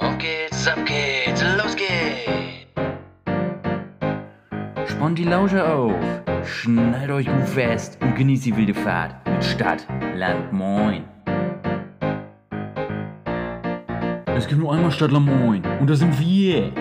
What's up, Kids? Los geht's! Spannt die Lausche auf, schnallt euch gut fest und genießt die wilde Fahrt mit Stadt, Land, Moin. Es gibt nur einmal Stadt, Land, Moin und das sind wir.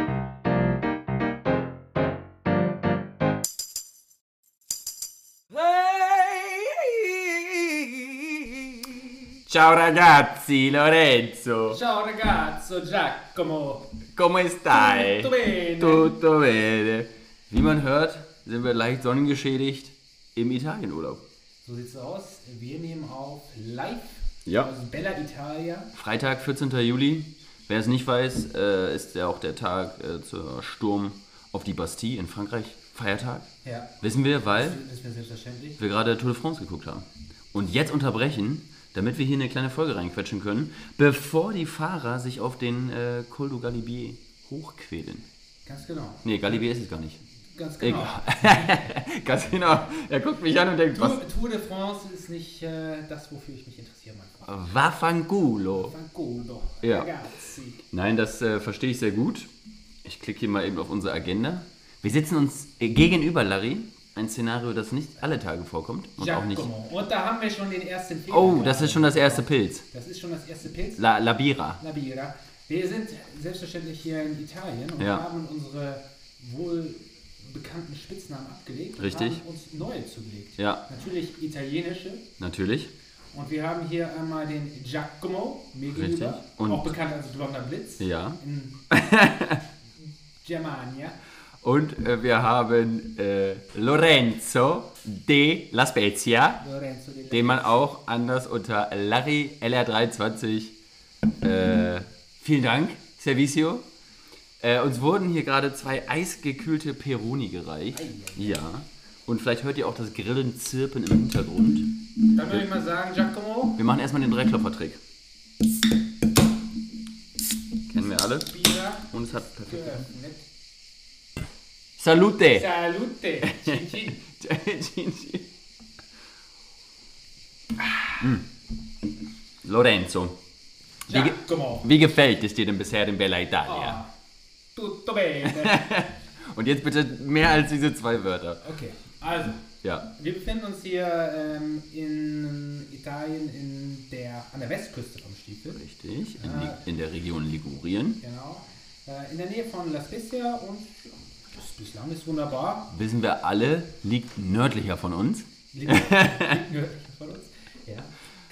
Ciao ragazzi, Lorenzo, Ciao ragazzo Giacomo, come stai? Tutto bene. Tutto bene. Wie man hört, sind wir leicht sonnengeschädigt im Italienurlaub. so sieht's aus. Wir nehmen auf live Ja. aus Bella Italia. Freitag, 14. Juli. Wer es nicht weiß, äh, ist ja auch der Tag äh, zur Sturm auf die Bastille in Frankreich. Feiertag. Ja, Wissen wir, weil das ist mir selbstverständlich. wir gerade Tour de France geguckt haben. Und jetzt unterbrechen, damit wir hier eine kleine Folge reinquetschen können, bevor die Fahrer sich auf den äh, Col du Galibier hochquälen. Ganz genau, Nee, Galibier ist es gar nicht. ganz genau. Egal. Ganz genau. Er guckt mich an und denkt, was? Tour, Tour de France ist nicht äh, das, wofür ich mich interessiere, mein Freund. Waffangulo. Fanculo, Ja. ragazzi. Nein, das äh, verstehe ich sehr gut. Ich klicke hier mal eben auf unsere Agenda. Wir sitzen uns äh, gegenüber, Larry. Ein Szenario, das nicht alle Tage vorkommt und auch nicht. Giacomo. Und da haben wir schon den ersten Pilz. Oh, das ist schon das erste Pilz. Das ist schon das erste Pilz. La, La Bira. La Biera. Wir sind selbstverständlich hier in Italien und Ja. haben unsere wohlbekannten Spitznamen abgelegt. Richtig. Und haben uns neue zugelegt. Ja. Natürlich italienische. Natürlich. Und wir haben hier einmal den Giacomo, mir gegenüber. Und- auch bekannt als Blonder Blitz. Ja. In Germania. Und äh, wir haben äh, Lorenzo de La Spezia, Lorenzo de den man auch anders unter Larry LR320. Äh, vielen Dank, Servicio. Äh, uns wurden hier gerade zwei eisgekühlte Peroni gereicht. Ja. Und vielleicht hört ihr auch das Grillen zirpen im Hintergrund. Dann würde ich mal sagen, Giacomo, Wir machen erstmal den Dreiklopfer-Trick. Kennen wir alle. Bier Und es hat perfekt. geöffnet. Salute! Salute. Cin, cin. Mm. Lorenzo, Giacomo. wie gefällt es dir denn bisher in Bella Italia? Ah, Tutto bene. Und jetzt bitte mehr als diese zwei Wörter. Okay, also. Ja, Wir befinden uns hier ähm, in Italien in der, an der Westküste vom Stiefel. richtig. In, Li- in der Region Ligurien. Genau. Äh, in der Nähe von La Spezia und ja, das bislang ist wunderbar. Wissen wir alle, liegt nördlicher von uns. Liegt liegt nördlich von uns. Ja.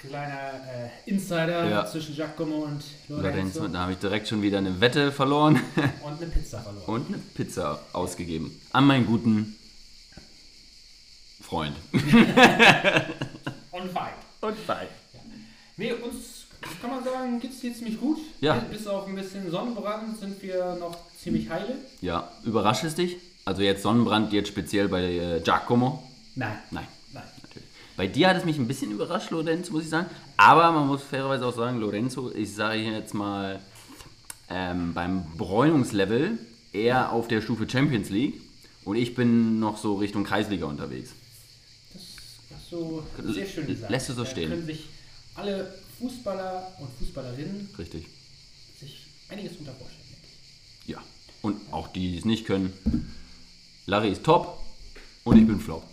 Kleiner äh, Insider Ja. zwischen Giacomo und Lorenzo, Lorenzo, da habe ich direkt schon wieder eine Wette verloren und eine Pizza verloren. und eine Pizza ausgegeben. An meinen guten Freund. Und, Wein. Und bye. Nee, uns kann man sagen, geht's hier ziemlich gut. Ja. Bis auf ein bisschen Sonnenbrand sind wir noch ziemlich heile. Ja, überrascht es dich? Also jetzt Sonnenbrand, jetzt speziell bei äh, Giacomo? Nein. Nein, Nein. natürlich. Bei dir hat es mich ein bisschen überrascht, Lorenzo, muss ich sagen. Aber man muss fairerweise auch sagen, Lorenzo, ich sage jetzt mal ähm, beim Bräunungslevel eher auf der Stufe Champions League. Und ich bin noch so Richtung Kreisliga unterwegs. Das ist so sehr schön gesagt. Lässt du so Da stehen. können sich alle Fußballer und Fußballerinnen Richtig. sich einiges unter vorstellen. denke ich. Ja. Und auch die, die es nicht können. Larry ist top und ich bin flop.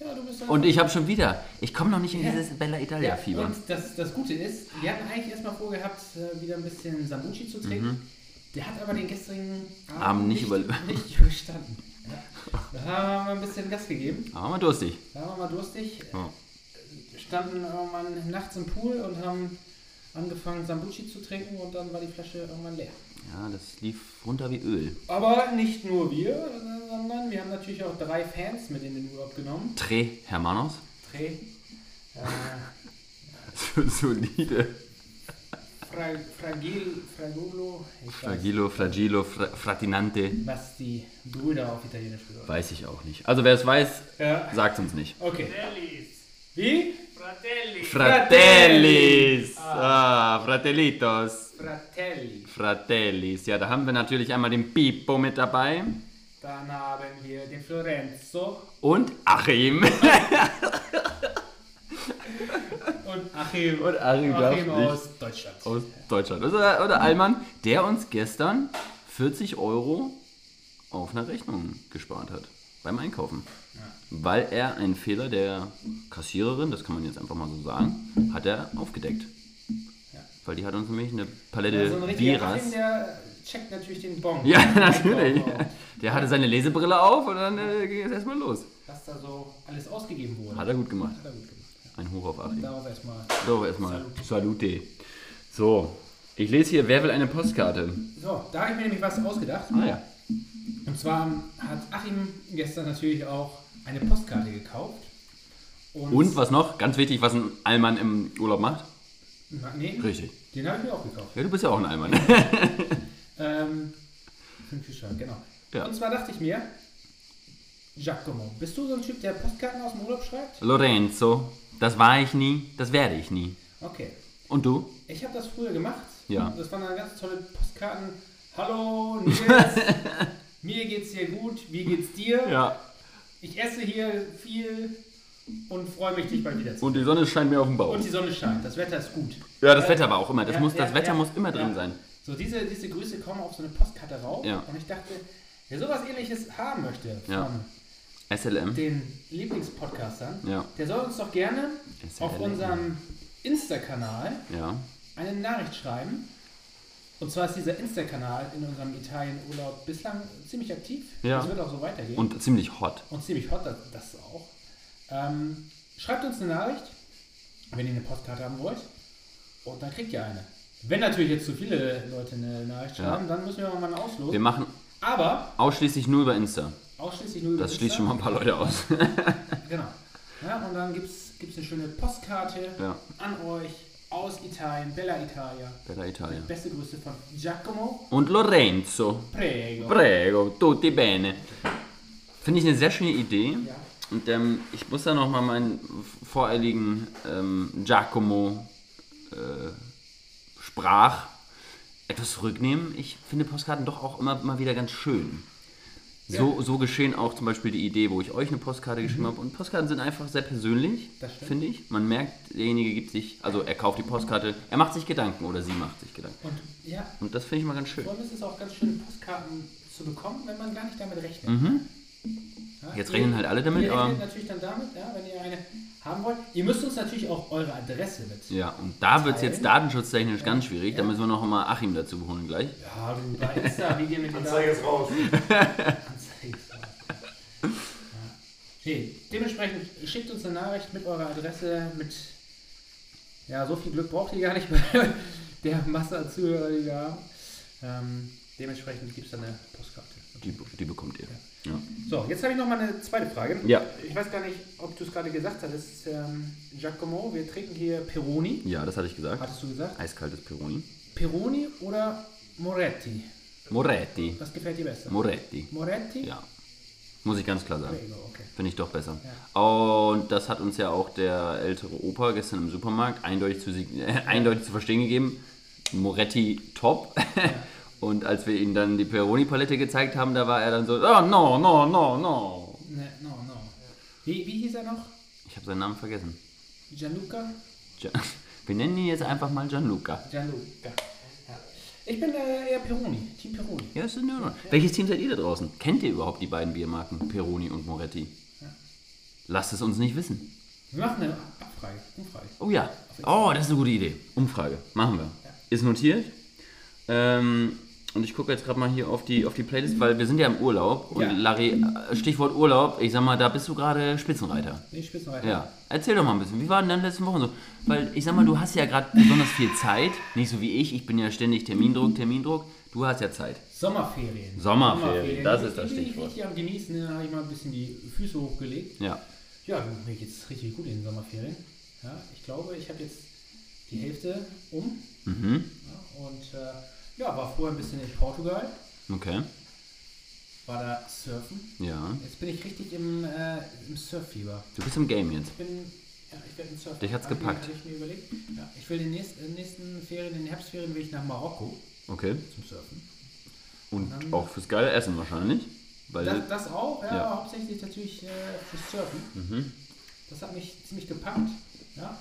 Ja, du bist also Und ich habe schon wieder, ich komme noch nicht in Ja. dieses Bella Italia-Fieber. Und das, das Gute ist, wir hatten eigentlich erstmal vorgehabt, äh, wieder ein bisschen Sambucci zu trinken. Der hat aber den gestrigen Abend, Abend Mhm. nicht überle- nicht überstanden. Ja. Da haben wir mal ein bisschen Gas gegeben. Aber mal durstig. Da waren wir mal durstig. Ja. Standen irgendwann nachts im Pool und haben angefangen, Sambucci zu trinken und dann war die Flasche irgendwann leer. Ja, das lief runter wie Öl. Aber nicht nur wir, äh, sondern wir haben natürlich auch drei Fans mit in den Urlaub genommen. Tre Hermanos. Tre, äh, So Solide. Fra Fragil, Fragolo, ich weiß Fragilo, Fragilo, fra Fratinante. was die Brüder auf Italienisch bedeuten. Weiß ich auch nicht. Also wer es weiß, Ja, sagt uns nicht. okay. Wie? Fratellis! Ah, Fratellitos. Fratelli. Fratellis. Ja, da haben wir natürlich einmal den Pippo mit dabei. Dann haben wir den Florenzo. Und Achim. Und Achim, Und Achim darf Achim nicht. Oh, aus Deutschland. aus Deutschland. Oder, oder Allmann, der uns gestern 40 Euro auf einer Rechnung gespart hat beim Einkaufen. Weil er einen Fehler der Kassiererin, das kann man jetzt einfach mal so sagen, hat er aufgedeckt. Ja. Weil die hat uns nämlich eine Ja, Palette so Also ein richtiger Bieras. Achim, der checkt natürlich den Bon. Ja, natürlich. Wow. Der hatte seine Lesebrille auf und dann äh, ging es erstmal los. Dass da so alles ausgegeben wurde. Hat er gut gemacht. Hat er gut gemacht. Ja. Ein Hoch auf Achim. Darauf erstmal. So, erstmal. Salute. So, ich lese hier, wer will eine Postkarte? So, da habe ich mir nämlich was ausgedacht. Ah ja. Und zwar hat Achim gestern natürlich auch eine Postkarte gekauft. Und was noch? Ganz wichtig, was ein Allmann im Urlaub macht? Na, nee, Richtig. den habe ich mir auch gekauft. Ja, du bist ja auch ein Allmann. Ähm, fünf Fischer, genau. Ja. Und zwar dachte ich mir, Giacomo, bist du so ein Typ, der Postkarten aus dem Urlaub schreibt? Lorenzo, das war ich nie, das werde ich nie. Okay. Und du? Ich habe das früher gemacht. Ja. Das waren dann ganz tolle Postkarten. Hallo, Nils. mir geht's hier gut. Wie geht's dir? Ja. Ich esse hier viel und freue mich, dich bald wiederzusehen. Und die Sonne scheint mir auf dem Bauch. Und die Sonne scheint. Das Wetter ist gut. Ja, das Wetter war auch immer. Das, Ja, muss, das ja, Wetter ja, muss immer ja. drin sein. So, diese, diese Grüße kommen auf so eine Postkarte rauf. Ja. Und ich dachte, wer sowas ähnliches haben möchte von Ja. SLM. den Lieblingspodcastern, Ja. der soll uns doch gerne Ist ja auf ehrlich, unserem Insta-Kanal Ja. eine Nachricht schreiben. Und zwar ist dieser Insta-Kanal in unserem Italien-Urlaub bislang ziemlich aktiv. Ja. Das wird auch so weitergehen. Und ziemlich hot. Und ziemlich hot, das, das auch. Ähm, schreibt uns eine Nachricht, wenn ihr eine Postkarte haben wollt. Und dann kriegt ihr eine. Wenn natürlich jetzt zu viele Leute eine Nachricht Ja. schreiben, dann müssen wir mal eine Wir auslosen. machen Aber ausschließlich nur über Insta. ausschließlich nur über Das schließt Insta. schon mal ein paar Leute aus. Genau. Ja, und dann gibt es eine schöne Postkarte Ja. an euch aus Italien, Bella Italia. Bella Italia. Beste Grüße von Giacomo Und Lorenzo. Prego. Prego, tutti bene. Finde ich eine sehr schöne Idee. Ja. Und ähm, ich muss da nochmal meinen voreiligen ähm, Giacomo äh, Sprach etwas zurücknehmen. Ich finde Postkarten doch auch immer mal wieder ganz schön. So, so geschehen auch zum Beispiel die Idee, wo ich euch eine Postkarte geschrieben habe. Und Postkarten sind einfach sehr persönlich, Mhm. Das stimmt. finde ich. Man merkt, derjenige gibt sich, also er kauft die Postkarte, er macht sich Gedanken oder sie macht sich Gedanken. Und ja, Und das finde ich mal ganz schön. vor allem ist es auch ganz schön, Postkarten zu bekommen, wenn man gar nicht damit rechnet. Ja, Jetzt ihr- rechnen halt alle damit, Ihr aber- rechnet natürlich dann damit, ja, wenn ihr eine haben wollt. Ihr müsst uns natürlich auch eure Adresse mit. Ja, und da wird es jetzt Teilen. datenschutztechnisch ganz schwierig. Da müssen wir noch mal Achim dazu holen gleich. Ja, du bei Insta, wie dir mit den Zeig es raus. Daten- Anzeige ist raus. Ja. Okay, dementsprechend schickt uns eine Nachricht mit eurer Adresse, mit. Ja, so viel Glück braucht ihr gar nicht mehr. Der Masse an Zuhörer, die wir haben. Ähm, dementsprechend gibt es dann eine Postkarte. Die, die bekommt ihr. Ja. So, jetzt habe ich noch mal eine zweite Frage. Ja. Ich weiß gar nicht, ob du es gerade gesagt hattest, ähm, Giacomo. Wir trinken hier Peroni. ja, das hatte ich gesagt. Hattest du gesagt? Eiskaltes Peroni. Peroni oder Moretti? Moretti. Was gefällt dir besser? Moretti. Moretti? Ja. Muss ich ganz klar sagen. Prego, okay. Finde ich doch besser. Und das hat uns ja auch der ältere Opa gestern im Supermarkt eindeutig zu, sig- äh, eindeutig zu verstehen gegeben. Moretti top. Und als wir ihm dann die Peroni-Palette gezeigt haben, da war er dann so, oh no, no, no, no. Ne, no, no. Wie, wie hieß er noch? Ich habe seinen Namen vergessen. Gianluca? Gian- Wir nennen ihn jetzt einfach mal Gianluca. Gianluca. Ja. Ich bin äh, eher Peroni, Team Peroni. Ja, ist in Ordnung. Welches Team seid ihr da draußen? Kennt ihr überhaupt die beiden Biermarken Peroni und Moretti? Lasst es uns nicht wissen. Wir machen eine Abfrage, Umfrage. Oh ja. Oh, das ist eine gute Idee. Umfrage. Machen wir. Ist notiert. Ähm, und ich gucke jetzt gerade mal hier auf die, auf die Playlist, weil wir sind ja im Urlaub. Und Ja. Larry, äh, Stichwort Urlaub, ich sag mal, da bist du gerade Spitzenreiter. Nee, ich spitze weiter. Ja, erzähl doch mal ein bisschen. Wie waren denn letzten Wochen so? Weil ich sag mal, du hast ja gerade besonders viel Zeit. Nicht so wie ich. Ich bin ja ständig Termindruck, Termindruck. Du hast ja Zeit. Sommerferien. Sommerferien, das ist das Die bin ich Stichwort. richtig am Genießen, da habe ich mal ein bisschen die Füße hochgelegt. Ja. Ja, du, mir geht es richtig gut in den Sommerferien. Ja, ich glaube, ich habe jetzt die Hälfte um. Mhm. Ja, und äh, ja, war vorher ein bisschen in Portugal, Okay. war da surfen. Ja. Jetzt bin ich richtig im, äh, im Surffieber. Du bist im Game jetzt. Ich bin, ja, ich werde einen Surfer. Dich hat's angehen, gepackt. hab Ich, mir überlegt. Ja, ich will in den nächsten, in den nächsten Ferien, in den Herbstferien, will ich nach Marokko Okay. zum Surfen. Und auch fürs geile Essen wahrscheinlich. Weil Das, das auch, ja, Ja. Mhm. aber hauptsächlich natürlich äh, fürs Surfen. Das hat mich ziemlich gepackt. Ja,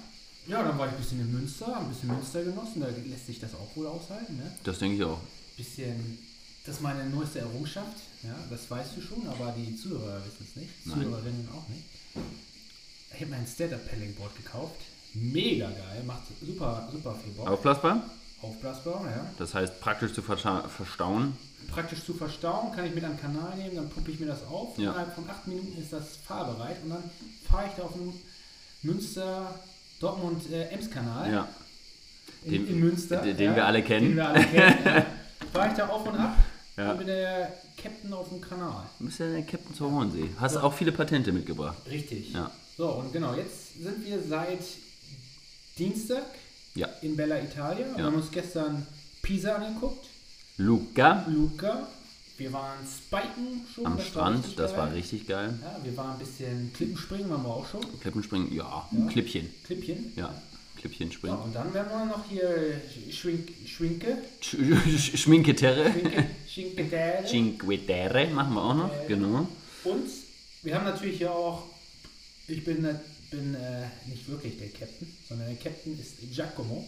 ja dann war ich ein bisschen in Münster, hab ein bisschen Münster genossen. Da lässt sich das auch wohl aushalten. Ne? Das denke ich auch. bisschen, das ist meine neueste Errungenschaft, ja, das weißt du schon, aber die Zuhörer wissen es nicht, Nein. Zuhörerinnen auch nicht. Ich habe mir ein Stand-Up-Paddling-Board gekauft, mega geil, macht super, super viel Bock, Aufblasbar? aufblasbar, ja. Das heißt praktisch zu verscha- verstauen. Praktisch zu verstauen, kann ich mit einem Kanal nehmen, dann pumpe ich mir das auf, Ja. innerhalb von acht Minuten ist das fahrbereit und dann fahre ich da auf dem Münster... Dortmund-Ems-Kanal Ja. in, Den- in Münster. den- den wir alle kennen. Den wir alle kennen. ja. Fahr ich da auf und ab Ja. und bin der Captain auf dem Kanal. Du bist ja der Captain zur Hornsee. Hast auch viele Patente mitgebracht. Richtig. Ja. So, und genau, jetzt sind wir seit Dienstag Ja. in Bella Italia. Wir Ja. haben uns gestern Pisa angeguckt, Luca Luca. Wir waren spiken schon. am das war richtig Strand, das geil. war richtig geil. Ja, wir waren ein bisschen Klippenspringen, waren wir auch schon. Klippenspringen, ja. Klippchen. Klippchen. Ja. Klippchen Ja, springen. und dann werden wir noch hier Schwink, Schwinke, Sch- Sch- Schminketerre. Schwinke, Schinke Däle. Cinque Terre machen wir auch noch. Genau. Und wir haben natürlich hier auch, ich bin, bin äh, nicht wirklich der Captain, sondern der Captain ist Giacomo.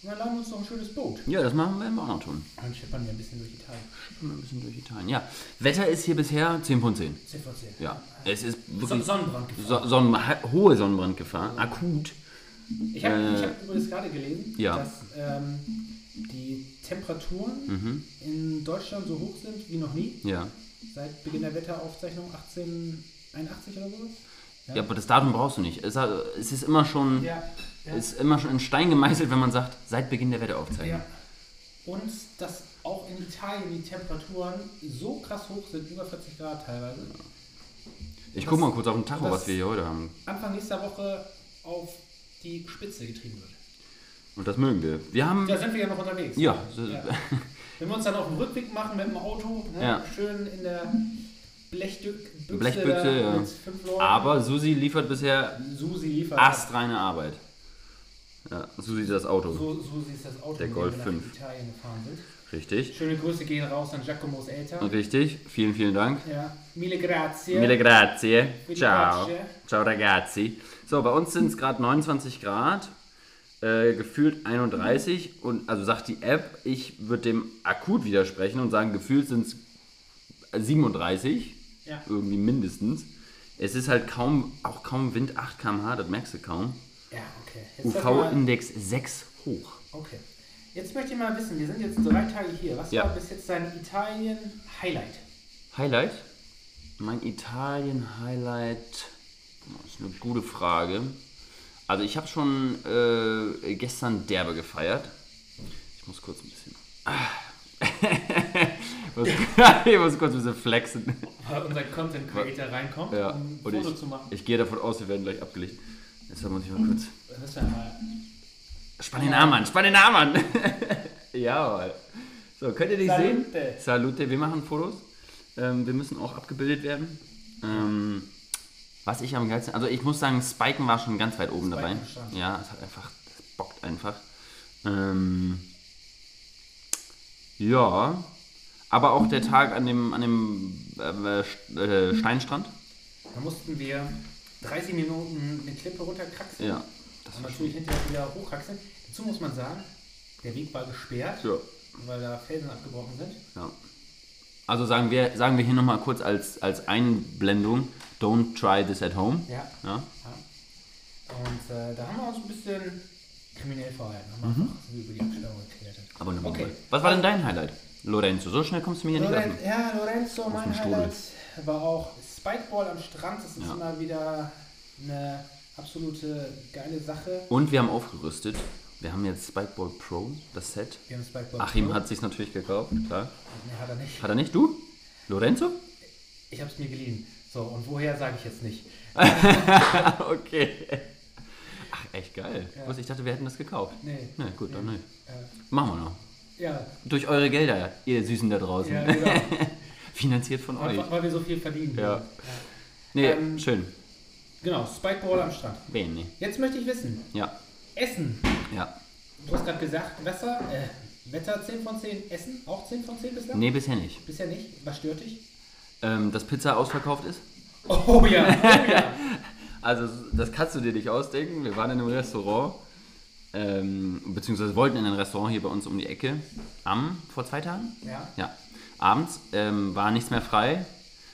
Und dann laden uns noch ein schönes Boot. Ja, das machen wir auch noch tun. Dann schippern wir ein bisschen durch Italien. Schieben wir ein bisschen durch Italien. Ja. Wetter ist hier bisher 10 von 10. 10 von 10. Ja. Es ist Son wirklich Sonnenbrand so, Sonnen- ha- hohe Sonnenbrandgefahr. Akut. Ich habe Äh, hab übrigens gerade gelesen, ja. dass ähm, die Temperaturen Mhm. in Deutschland so hoch sind wie noch nie. Ja. Seit Beginn der Wetteraufzeichnung 1881 oder sowas. Ja, aber das Datum brauchst du nicht. Es hat- es ist immer schon. Ja. ja. Ist immer schon in Stein gemeißelt, wenn man sagt, seit Beginn der Wetteraufzeichnung. Ja. Und dass auch in Italien die Temperaturen so krass hoch sind, über 40 Grad teilweise. Ich guck mal kurz auf den Tacho, das- was wir hier heute haben. Anfang nächster Woche auf die Spitze getrieben wird. Und das mögen wir. Wir haben. Da sind wir ja noch unterwegs. Ja, äh, so- Wenn wir uns dann auf den Rückweg machen mit dem Auto, ne, Ja. schön in der Blechdück- Büchse Blechbüchse, da ja. mit fünf Leuten. aber Susi liefert bisher Susi liefert. ab. astreine Arbeit. Ja, Susi das Auto. So, Susi ist das Auto, Der mit dem Golf wir nach 5. Italien gefahren sind. Richtig. Schöne Grüße gehen raus an Giacomos Eltern. Richtig. Vielen, vielen Dank. Ja. Mille grazie. Mille grazie. Für die Ciao. Patsche. Ciao ragazzi. So, bei uns sind es gerade 29 Grad, äh, gefühlt 31 und also sagt die App, ich würde dem akut widersprechen und sagen, gefühlt sind es 37, Ja. irgendwie mindestens. Es ist halt kaum, auch kaum Wind 8 km/h, das merkst du kaum. ja, okay. Jetzt sag mal- UV-Index 6 hoch. Okay. Jetzt möchte ich mal wissen, wir sind jetzt drei Tage hier. Was Ja. war bis jetzt dein Italien-Highlight? Highlight? Mein Italien-Highlight. Das ist eine gute Frage. Also ich habe schon äh, gestern derbe gefeiert. Ich muss kurz ein bisschen. Ah. ich muss kurz ein bisschen flexen. Weil unser Content Creator reinkommt, Ja. um ein Und Foto ich, zu machen. ich gehe davon aus, wir werden gleich abgelegt. Deshalb muss ich mal kurz. Das ist ja Äh, mal. Spann den Arm an, spann den Arm an! Jawohl. So, könnt ihr dich Salute. sehen? Salute. Wir machen Fotos. Ähm, wir müssen auch abgebildet werden. Ähm, was ich am geilsten, also ich muss sagen, Spiken war schon ganz weit oben dabei. stand. Ja, es hat einfach, es bockt einfach. Ähm, ja, aber auch der Tag an dem, an dem äh, Sch- äh, Steinstrand. Da mussten wir 30 Minuten eine Klippe runterkraxeln Ja, das und war natürlich schon. hinterher wieder hochkraxeln. Dazu muss man sagen, der Weg war gesperrt, Ja. weil da Felsen abgebrochen sind. Ja. Also sagen wir, sagen wir hier nochmal kurz als, als Einblendung, don't try this at home. Ja. Ja, Ja. Und äh, da haben wir uns ein bisschen kriminell verhalten. Haben Mhm. wir einfach über die Abstellung geklärt. aber nochmal. Okay. Was war denn dein Highlight? Lorenzo, so schnell kommst du mir hier nicht Loren, lassen. ja, Lorenzo, mein dem Strudel. Highlight war auch Spikeball am Strand. Das ist Ja. immer wieder eine absolute geile Sache. Und wir haben aufgerüstet. Wir haben jetzt Spikeball Pro, das Set. Wir haben Spikeball. Achim Pro. hat sich natürlich gekauft, klar. Nee, hat er nicht. Hat er nicht? Du? Lorenzo? Ich habe es mir geliehen. So, und woher sage ich jetzt nicht? okay. Ach, echt geil. Ja. Was, ich dachte, wir hätten das gekauft. Nee. Na gut, dann nicht. Äh, Machen wir noch. ja, Durch eure Gelder, ihr Süßen da draußen. ja, genau. Finanziert von euch. Einfach, weil wir so viel verdienen. Ja. Nee, Ähm, schön. Genau, Spikeball am Strand. Bene. Jetzt möchte ich wissen, Ja, Essen. ja. Du hast gerade gesagt, Wasser, äh, Wetter 10 von 10, Essen auch 10 von 10 bislang? Nee, bisher nicht. Bisher nicht. Was stört dich? Ähm, dass Pizza ausverkauft ist? Oh ja, oh ja. Also, das kannst du dir nicht ausdenken. Wir waren in einem Restaurant, ähm, beziehungsweise wollten in ein Restaurant hier bei uns um die Ecke. Am, vor zwei Tagen? Ja. Ja. Abends ähm, war nichts mehr frei.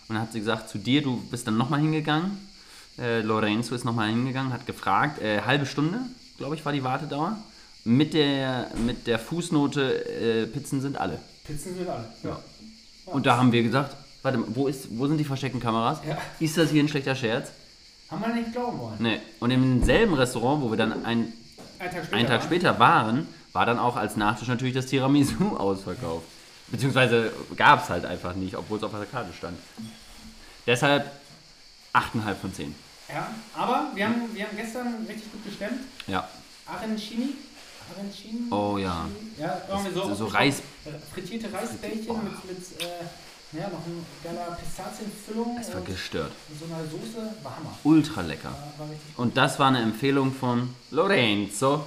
Und dann hat sie gesagt, zu dir, du bist dann nochmal hingegangen. Äh, Lorenzo ist nochmal hingegangen, hat gefragt. Äh, halbe Stunde, glaube ich, war die Wartedauer. Mit der, mit der Fußnote, äh, Pizzen sind alle. Pizzen sind alle. Ja. Und da haben wir gesagt, warte mal, wo, ist, wo sind die versteckten Kameras? Ja. Ist das hier ein schlechter Scherz? Haben wir nicht glauben wollen. Nee. Und im selben Restaurant, wo wir dann ein, Einen Tag später. einen Tag war- später waren, war dann auch als Nachtisch natürlich das Tiramisu ausverkauft. Beziehungsweise gab es halt einfach nicht, obwohl es auf der Karte stand. Deshalb 8,5 von 10. Ja, aber wir haben, wir haben gestern richtig gut gestemmt. Ja. Arancini. Arancini. Oh ja. Ja, irgendwie so. Äh, So, so Reis. Frittierte Reisbällchen mit, mit äh, ja, noch ein geiler Pistazienfüllung. Das war und gestört. so einer Soße. War Hammer. Ultra lecker. War, war richtig Und das war eine Empfehlung von Lorenzo. gut.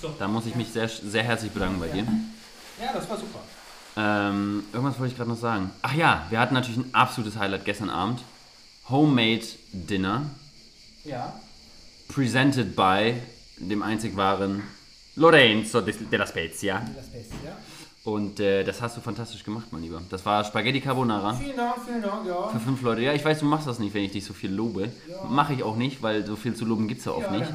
So. Da muss ich mich sehr, sehr herzlich bedanken bei dir. Ja, das war super. Ähm, irgendwas wollte ich gerade noch sagen. Ach ja, wir hatten natürlich ein absolutes Highlight gestern Abend. Homemade Dinner, Ja. presented by dem einzig wahren Lorenzo de- della Spezia. Das Beste, ja. Und äh, das hast du fantastisch gemacht, mein Lieber. Das war Spaghetti Carbonara Vielen Dank, vielen Dank, ja. für fünf Leute. Ja, ich weiß, du machst das nicht, wenn ich dich so viel lobe. Mache ich auch nicht, weil so viel zu loben gibt es ja oft Ja, nicht.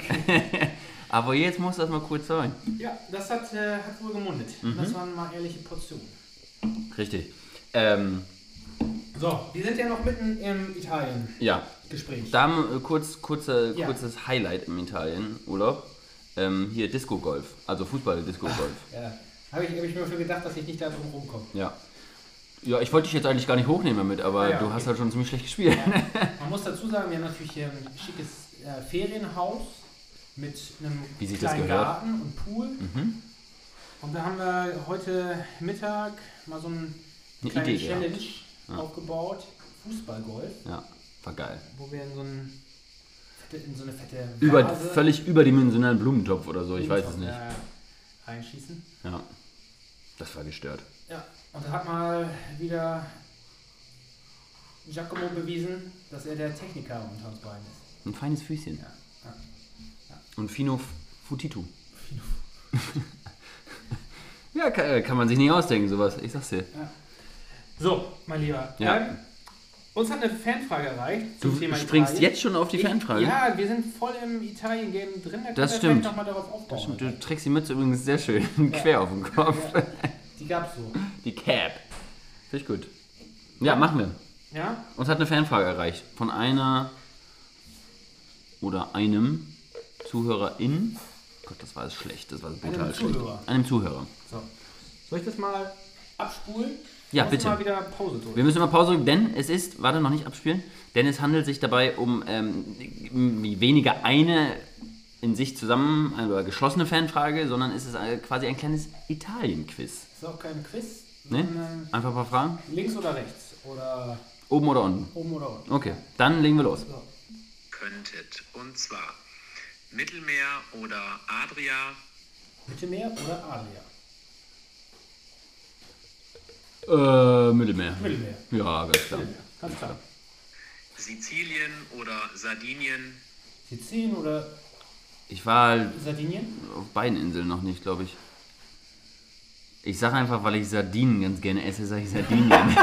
Aber jetzt muss das mal kurz sein. Ja, das hat, äh, hat wohl gemundet. Mhm. Das waren mal ehrliche Portionen. Richtig. Ähm, So, wir sind ja noch mitten im Italien-Gespräch. ja, Da haben, äh, kurz, kurze, Ja. kurzes Highlight im Italien-Urlaub. Ähm, hier Disco-Golf, also Ah. Fußball-Disco-Golf. Ja. Habe ich, hab ich mir schon gedacht, dass ich nicht da drum rumkomme. Ja. Ja, ich wollte dich jetzt eigentlich gar nicht hochnehmen damit, aber Ah ja, du okay. hast halt schon ziemlich schlecht gespielt. Man muss dazu sagen, wir haben natürlich hier ein schickes äh, Ferienhaus mit einem Wie sich das kleinen gehört. Garten und Pool. Mhm. Und da haben wir heute Mittag mal so einen Eine kleinen Idee gehabt. Challenge aufgebaut. Fußballgolf, Ja, war geil. wo wir in so, einen, fette- in so eine fette Vase Über, völlig überdimensionalen Blumentopf oder so, ich weiß es von nicht. der Äh, Reinschießen. Ja. Das war gestört. Ja, und da hat mal wieder Giacomo bewiesen, dass er der Techniker unter uns beiden ist. Ein feines Füßchen. Ja. ja. Und Fino F- Futitu. ja, kann, äh, kann man sich nicht ausdenken, sowas. Ich sag's dir. So, mein Lieber. Ja. Ähm, uns hat eine Fanfrage erreicht Du zum Thema springst Italien. jetzt schon auf die Fanfrage. Ja, wir sind voll im Italien-Game drin. Da Das können wir stimmt. vielleicht noch mal darauf aufbauen. Du trägst die Mütze übrigens sehr schön quer auf dem Kopf. Die gab's so. Die Cap. Finde ich gut. Ja, machen wir. Ja? Uns hat eine Fanfrage erreicht von einer oder einem Zuhörerin. Gott, das war jetzt schlecht. Das war brutal Einem schlecht. Zuhörer. Einem Zuhörer. So. Soll ich das mal abspulen? Ja, Muss bitte. mal wieder Pause Wir drücken. müssen mal Pause, drücken, denn es ist, warte, noch nicht abspielen, denn es handelt sich dabei um ähm, wie weniger eine in sich zusammen oder geschlossene Fanfrage, sondern es ist äh, quasi ein kleines Italien-Quiz. Das ist auch kein Quiz, Ne? sondern Einfach ein paar Fragen. links oder rechts oder Oben oder unten? oben oder unten. Okay, dann legen wir los. So. könntet. Und zwar Mittelmeer oder Adria, Mittelmeer oder Adria? Äh, Mittelmeer. Mittelmeer. Ja, ganz klar. Mittelmeer, ganz klar. Sizilien oder Sardinien, Sizilien oder Ich war halt Sardinien? auf beiden Inseln noch nicht, glaube ich. Ich sage einfach, weil ich Sardinen ganz gerne esse, sage ich Sardinien.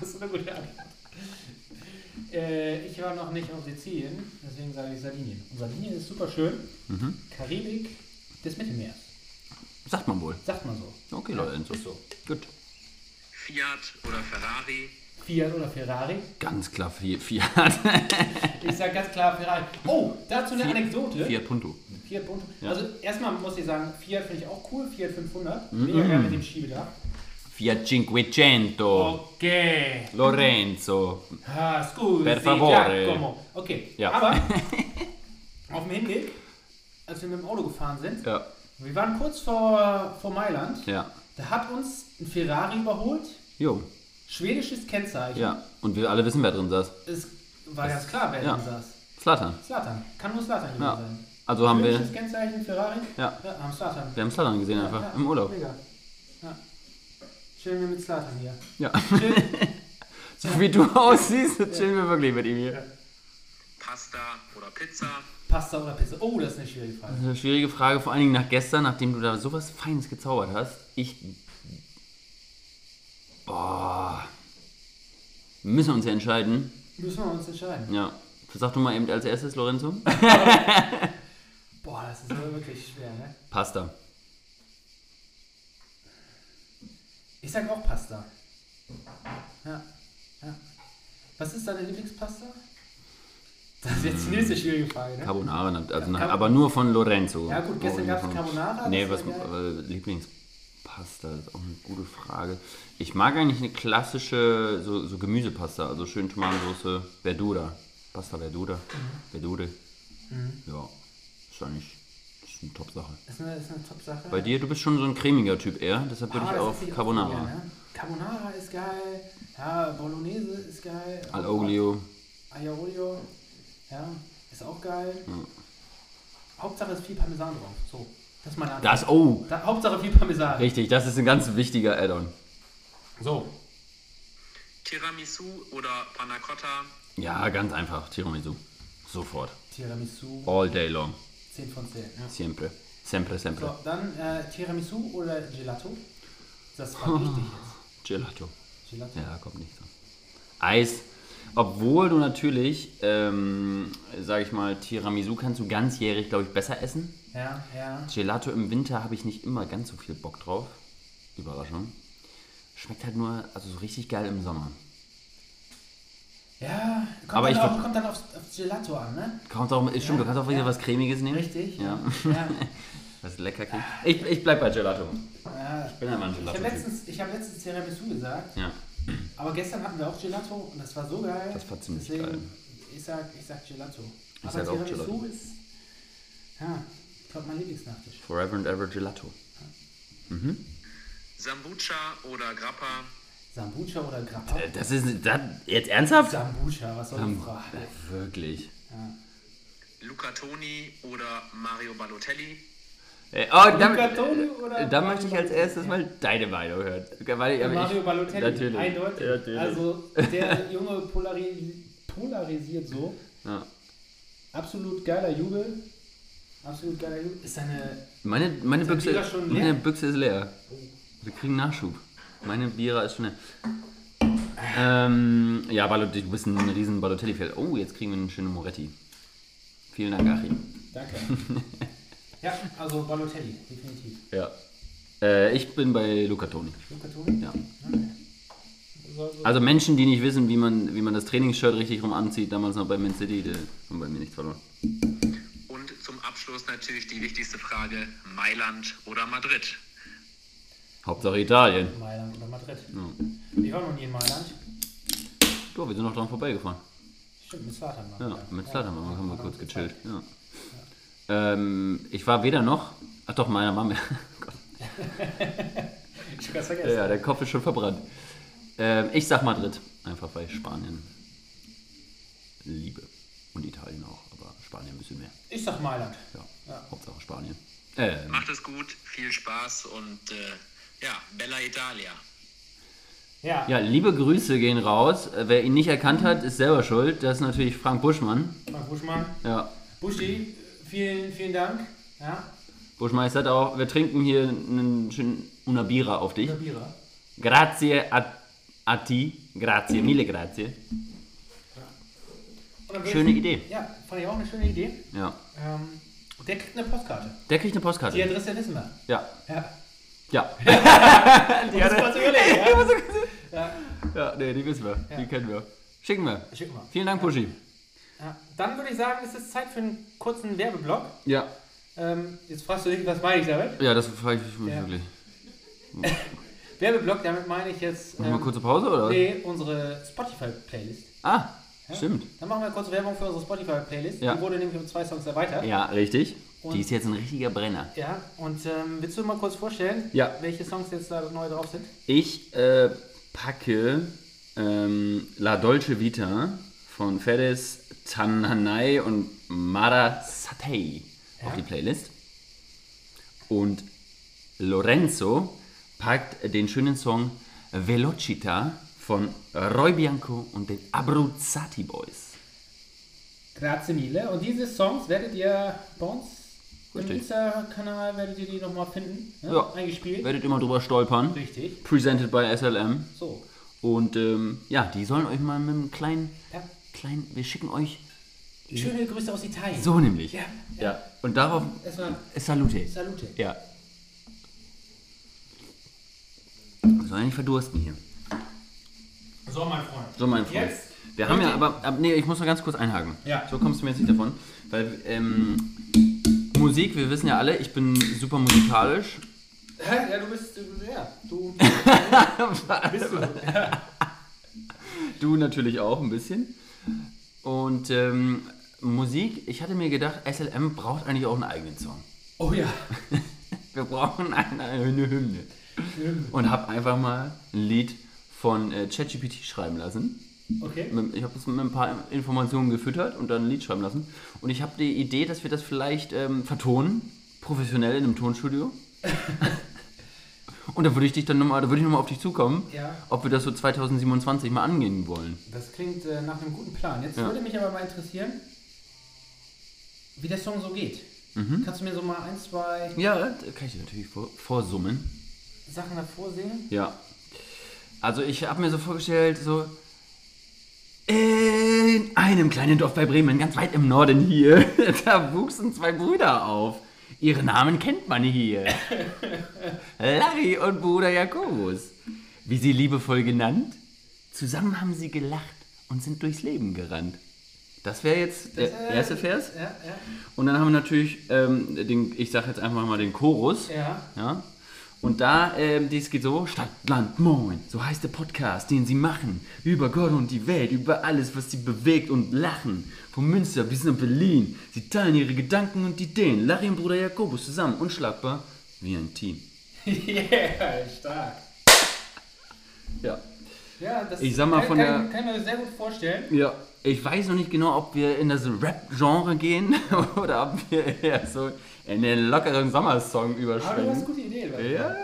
Das ist eine gute Antwort. Äh, ich war noch nicht auf Sizilien, deswegen sage ich Sardinien. Und Sardinien ist super schön. Mhm. Karibik des Mittelmeers, Sagt man wohl. sagt man so. Okay, Leute, so. Ist so. Gut. Fiat oder Ferrari, Fiat oder Ferrari? Ganz klar Fi- Fiat. Ich sage ganz klar Ferrari. Oh, dazu eine Anekdote. Fiat Punto. Fiat Punto. Also erstmal muss ich sagen, Fiat finde ich auch cool, Fiat 500. Mhm. Mega geil mit dem Schiebedach. Fiat Cinquecento. Okay. Lorenzo. Ah, scusi, Per favore. Giacomo. Okay, Ja. aber auf dem Hinweg, als wir mit dem Auto gefahren sind, Ja. wir waren kurz vor, vor Mailand, Ja. da hat uns ein Ferrari überholt, Jo. schwedisches Kennzeichen. Ja. Und wir alle wissen, wer drin saß. Es war ganz klar, wer ja. drin saß. Slatan. Slatan, kann nur Slatan gewesen Ja. sein. Also haben wir, schwedisches Kennzeichen, Ferrari, Ja. haben Slatan. wir haben Slatan gesehen einfach im Urlaub. Mega. Ja. Chillen wir mit Slatan hier. Ja. Chill. So wie du aussiehst, chillen wir wirklich mit ihm hier. Pasta oder Pizza? Pasta oder Pizza? Oh, das ist eine schwierige Frage. Das ist eine schwierige Frage, vor allen Dingen nach gestern, nachdem du da sowas Feines gezaubert hast. Ich. Boah. Müssen wir uns ja entscheiden. Müssen wir uns entscheiden. Ja. Sag du mal eben als erstes, Lorenzo. Boah, das ist aber wirklich schwer, ne? Pasta. Ich sag auch Pasta. Ja. ja. Was ist deine Lieblingspasta? Das ist jetzt die nächste schwierige Frage, ne? Hm. Carbonara, also nach, Carbon- aber nur von Lorenzo. Ja, gut, gestern Nur gab's von- Carbonara, Nee, was das war äh, Lieblingspasta ist auch eine gute Frage. Ich mag eigentlich eine klassische so, so Gemüsepasta, also schön Tomatensauce, Verdura. Pasta Verdura, Mhm. Verdure. Ja, ist eigentlich ist eine Top-Sache. Das ist eine, das ist eine Top-Sache. Bei dir, du bist schon so ein cremiger Typ eher, deshalb würde Ah, ich das auf ist die Carbonara. Option, ne? Carbonara ist geil. Ja, Bolognese ist geil. Al Olio. Aglio Olio. Ja, ist auch geil. Hauptsache ist viel Parmesan drauf. So, das ist meine Antwort. Das, oh, Da, Hauptsache viel Parmesan. richtig, das ist ein ganz wichtiger Add-on. So. Tiramisu oder Panna Cotta? Ja, ganz einfach, Tiramisu. Sofort. Tiramisu. All day long. 10 von 10. Ja. Siempre. Sempre, sempre. So, dann äh, Tiramisu oder Gelato? Das war richtig jetzt. Gelato. Gelato. Ja, kommt nicht so. Eis. Obwohl du natürlich, ähm, sage ich mal, Tiramisu kannst du ganzjährig, glaube ich, besser essen. Ja, ja. Gelato im Winter habe ich nicht immer ganz so viel Bock drauf. Überraschung. Schmeckt halt nur, also so richtig geil im Sommer. Ja, kommt, Aber dann ich auch, ver- kommt dann aufs, aufs Gelato an, ne? Kommt auch, ist stimmt, du kannst auch wieder was Cremiges nehmen. Richtig? Hm? Ja. ja. Was lecker klingt. Ich, ich bleib bei Gelato. ja. Bin einfach ein Ich Gelato. habe letztens, ich hab letztens Tiramisu gesagt, Ja. aber gestern hatten wir auch Gelato und das war so geil. Das war ziemlich Deswegen, geil. Ich sag, ich sag Gelato. Ich aber sag auch Tiramisu Gelato. ist, ja, ich glaube, mein Lieblingsnachtisch. Forever and ever Gelato. Sambuca oder Grappa? Sambuca oder Grappa? Äh, Das ist, das, jetzt ernsthaft? Sambuca, was soll die Ähm, Frage? äh, Wirklich. Luca Toni oder Mario Balotelli? Äh, Oh, Luca da, Toni oder da Mario möchte ich als Balotelli? erstes mal deine Meinung hören. Weil ich- aber Mario ich, Balotelli, Natürlich. eindeutig. natürlich. Also der Junge polari polarisiert so. ja. Absolut geiler Jubel. Absolut geiler Jubel. Ist seine. meine, meine, dein Büchse, Bierer schon leer? meine Büchse ist leer. Wir kriegen Nachschub. Meine Bierer ist schon leer. Ähm, ja, Balotelli, du bist ein riesen Balotelli-Fan. Oh, jetzt kriegen wir einen schönen Moretti. Vielen Dank, Achim. Danke. ja, also Balotelli, definitiv. Ja. Äh, ich bin bei Luca Toni. Luca Toni? Ja. Okay. So, so. Also Menschen, die nicht wissen, wie man, wie man das Trainingsshirt richtig rum anzieht, damals noch bei Man City, die haben bei mir nichts verloren. Und zum Abschluss natürlich die wichtigste Frage: Mailand oder Madrid? Hauptsache Italien. Mailand oder Madrid. Ich war noch nie in Mailand. Boah, wir sind noch dran vorbeigefahren. Stimmt, mit Zlatan mal. Ja, wieder. mit Zlatan haben wir- haben wir Ja, kurz mit gechillt. Ja. Ähm, ich war weder noch. Ach doch, meiner Mama. Gott. Zlatan. Ich hab ganz vergessen. ja, der Kopf ist schon verbrannt. Ähm, ich sag Madrid, einfach weil ich Spanien liebe. Und Italien auch, aber Spanien ein bisschen mehr. Ich sag Mailand. Ja, Ja. Hauptsache Spanien. Ähm, Macht es gut, viel Spaß und äh, ja, Bella Italia. Ja. ja, liebe Grüße gehen raus. Äh, Wer ihn nicht erkannt hat, ist selber schuld. Das ist natürlich Frank Buschmann. Frank Buschmann. Ja, Buschi, vielen, vielen Dank. Ja, Buschmeister hat auch, wir trinken hier einen schönen una Bira auf dich. der Bierer. Grazie a, a ti, grazie, mille grazie. Und dann Schöne würdest- Idee. Ja, fand ich auch eine schöne Idee. Ja. Ähm, der kriegt eine Postkarte. Der kriegt eine Die Postkarte. Adresse wissen wir. Ja. Ja. Ja. Die hat kurz überlegt, ja. Ja, nee, die wissen wir. Die kennen wir. Schicken wir. Schicken wir. Vielen Dank, Puschi. ja. Dann würde ich sagen, es ist Zeit für einen kurzen Werbeblock. Ja. Ähm, jetzt fragst du dich, was meine ich damit? Ja, das frage ich mich Ja. wirklich. Werbeblock, damit meine ich jetzt Machen wir ähm, kurze Pause oder? was? nee, unsere Spotify-Playlist. Ah, stimmt. Dann machen wir kurz Werbung für unsere Spotify-Playlist. Ja. Die wurde nämlich um zwei Songs erweitert. Ja, richtig. Und- Die ist jetzt ein richtiger Brenner. Ja, und ähm, willst du mal kurz vorstellen, Ja. welche Songs jetzt da neu drauf sind? Ich äh, packe ähm, La Dolce Vita von Fedes Tananay und Mara Satei auf die Playlist. Und Lorenzo packt den schönen Song Velocita von Roy Bianco und den Abruzzati Boys. Grazie mille. Und diese Songs werdet ihr bei uns im Richtig. Insta-Kanal, werdet ihr die nochmal finden, ne? Ja. eingespielt. Werdet immer drüber stolpern. Richtig. Presented by SLM. So. Und ähm, ja, die sollen euch mal mit einem kleinen, Ja. kleinen, wir schicken euch Schöne Grüße aus Italien. so nämlich. Ja. ja. Und darauf Erstmal Salute. Salute. Ja. Soll ja nicht verdursten hier. So, mein Freund. So, mein Freund. Jetzt? Wir haben ja aber. ab- Nee, ich muss noch ganz kurz einhaken. Ja. So kommst du mir jetzt nicht davon. Weil ähm, Musik, wir wissen ja alle, ich bin super musikalisch. Hä? Ja, du bist, du- ja, du bist äh, du. Du natürlich auch ein bisschen. Und ähm, Musik, ich hatte mir gedacht, SLM braucht eigentlich auch einen eigenen Song. Oh ja. Wir brauchen eine, eine Hymne. Und habe einfach mal ein Lied von äh, ChatGPT schreiben lassen. Okay. Mit- Ich habe es mit ein paar Informationen gefüttert und dann ein Lied schreiben lassen. Und ich habe die Idee, dass wir das vielleicht ähm, vertonen, professionell in einem Tonstudio. und da würde ich dich dann nochmal, da würde ich nochmal auf dich zukommen, Ja. ob wir das so 2027 mal angehen wollen. Das klingt äh, nach einem guten Plan. Jetzt Ja. würde mich aber mal interessieren, wie der Song so geht. Mhm. Kannst du mir so mal ein, zwei Ja, da kann ich dir natürlich vor, vorsummen. Sachen davor sehen? Ja. Also ich habe mir so vorgestellt, so in einem kleinen Dorf bei Bremen, ganz weit im Norden hier, da wuchsen zwei Brüder auf. Ihre Namen kennt man hier. Larry und Bruder Jakobus. Wie sie liebevoll genannt, zusammen haben sie gelacht und sind durchs Leben gerannt. Das wäre jetzt der erste Vers. Ja, ja. Und dann haben wir natürlich, ähm, den, ich sage jetzt einfach mal den Chorus. Ja. Ja? Und da, ähm, dies geht so, Stadt, Land, Moin, so heißt der Podcast, den sie machen, über Gott und die Welt, über alles, was sie bewegt und lachen, von Münster bis nach Berlin, sie teilen ihre Gedanken und Ideen, Larry und Bruder Jakobus zusammen, unschlagbar, wie ein Team. yeah, stark. Ja. Ja, das Ich sag mal, kann, von kann, der- kann ich mir sehr gut vorstellen. Ja, ich weiß noch nicht genau, ob wir in das Rap-Genre gehen oder ob wir eher so in den lockeren Sommersong Aber Ah, du hast eine überschwingen. gute Idee. Leute. Ja.